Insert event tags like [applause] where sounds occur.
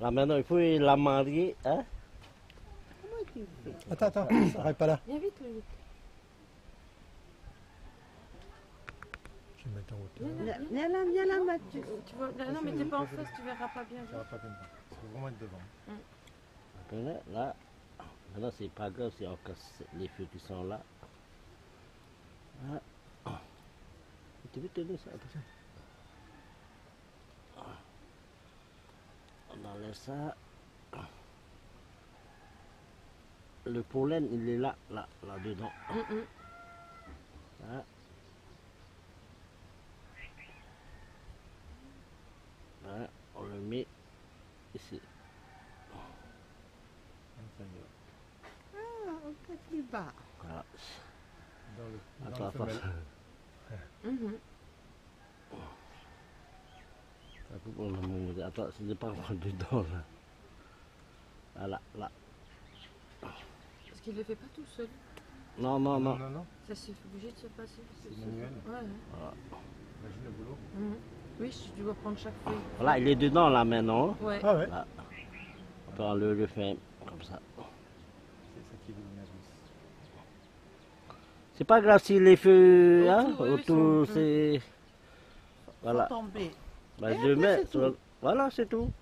Là maintenant, il faut la marier. Hein Comment tu fais Attends, attends, [coughs] arrête pas là. Viens vite, Loïc. Je vais me mettre en hauteur. Viens viens là, viens là, Matt. Tu, tu vois... Non, non, mais t'es pas en face, tu verras pas bien. Ça va pas bien. Il faut vraiment être devant. Là, là, maintenant, c'est pas grave si on casse les feux qui sont là. Là. Ah. Tu veux tenir ça attention. On enlève ça. Le pollen, il est là, là, là-dedans. Mm, mm. Là. Là, on le met ici. Dans Ah, un peu plus bas. Voilà. le, dans Attends, le attends. femelle. Mhm. Attends, on va monter. Attends, c'est pas encore dedans là. Voilà, là. Parce qu'il le fait pas tout seul. Non, non, non. non, non. Ça s'est obligé de se passer. C'est manuel. Ouais, ouais. Imagine le boulot. Mhm. Oui, je- tu dois prendre chaque feuille. Voilà, il est dedans là maintenant. Ouais. Ah ouais. Là. On peut enlever le fin comme ça. C'est ça qui veut le nazis. C'est pas grave si les feux Autour, hein, oui, autour, sont- c'est. Voilà. Tombé. Bah, Et je après, mets. c'est tout. Voilà, c'est tout.